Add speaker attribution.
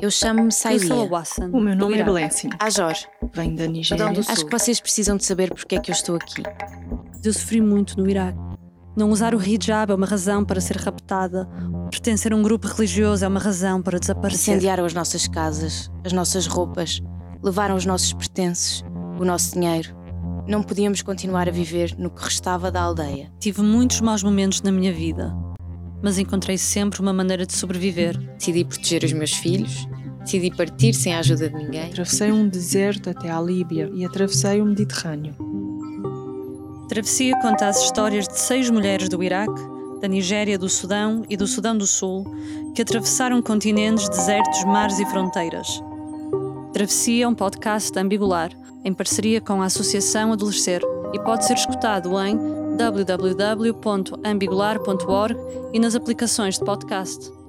Speaker 1: Eu chamo-me
Speaker 2: Ah, Eu sou a
Speaker 1: Saidia.
Speaker 2: Wassan.
Speaker 3: O meu
Speaker 2: do
Speaker 3: nome é
Speaker 2: Iraque.
Speaker 3: Blessing,
Speaker 1: Ajor,
Speaker 3: venho da
Speaker 2: Sudão
Speaker 3: Nigéria.
Speaker 2: do
Speaker 1: acho
Speaker 2: Sul.
Speaker 1: que vocês precisam de saber porque é que eu estou aqui.
Speaker 2: Eu sofri muito no Iraque. Não usar o hijab é uma razão para ser raptada. Pertencer a um grupo religioso é uma razão para desaparecer.
Speaker 1: Incendiaram as nossas casas, as nossas roupas, levaram os nossos pertences, o nosso dinheiro. Não podíamos continuar a viver no que restava da aldeia.
Speaker 2: Tive muitos maus momentos na minha vida, mas encontrei sempre uma maneira de sobreviver.
Speaker 4: Decidi proteger os meus filhos, decidi partir sem a ajuda de ninguém.
Speaker 3: Atravessei um deserto até à Líbia e atravessei o Mediterrâneo.
Speaker 2: Travessia conta as histórias de seis mulheres do Iraque, da Nigéria, do Sudão e do Sudão do Sul, que atravessaram continentes, desertos, mares e fronteiras. Travessia é um podcast ambigular, em parceria com a Associação Adolescer, e pode ser escutado em www.ambigular.org e nas aplicações de podcast.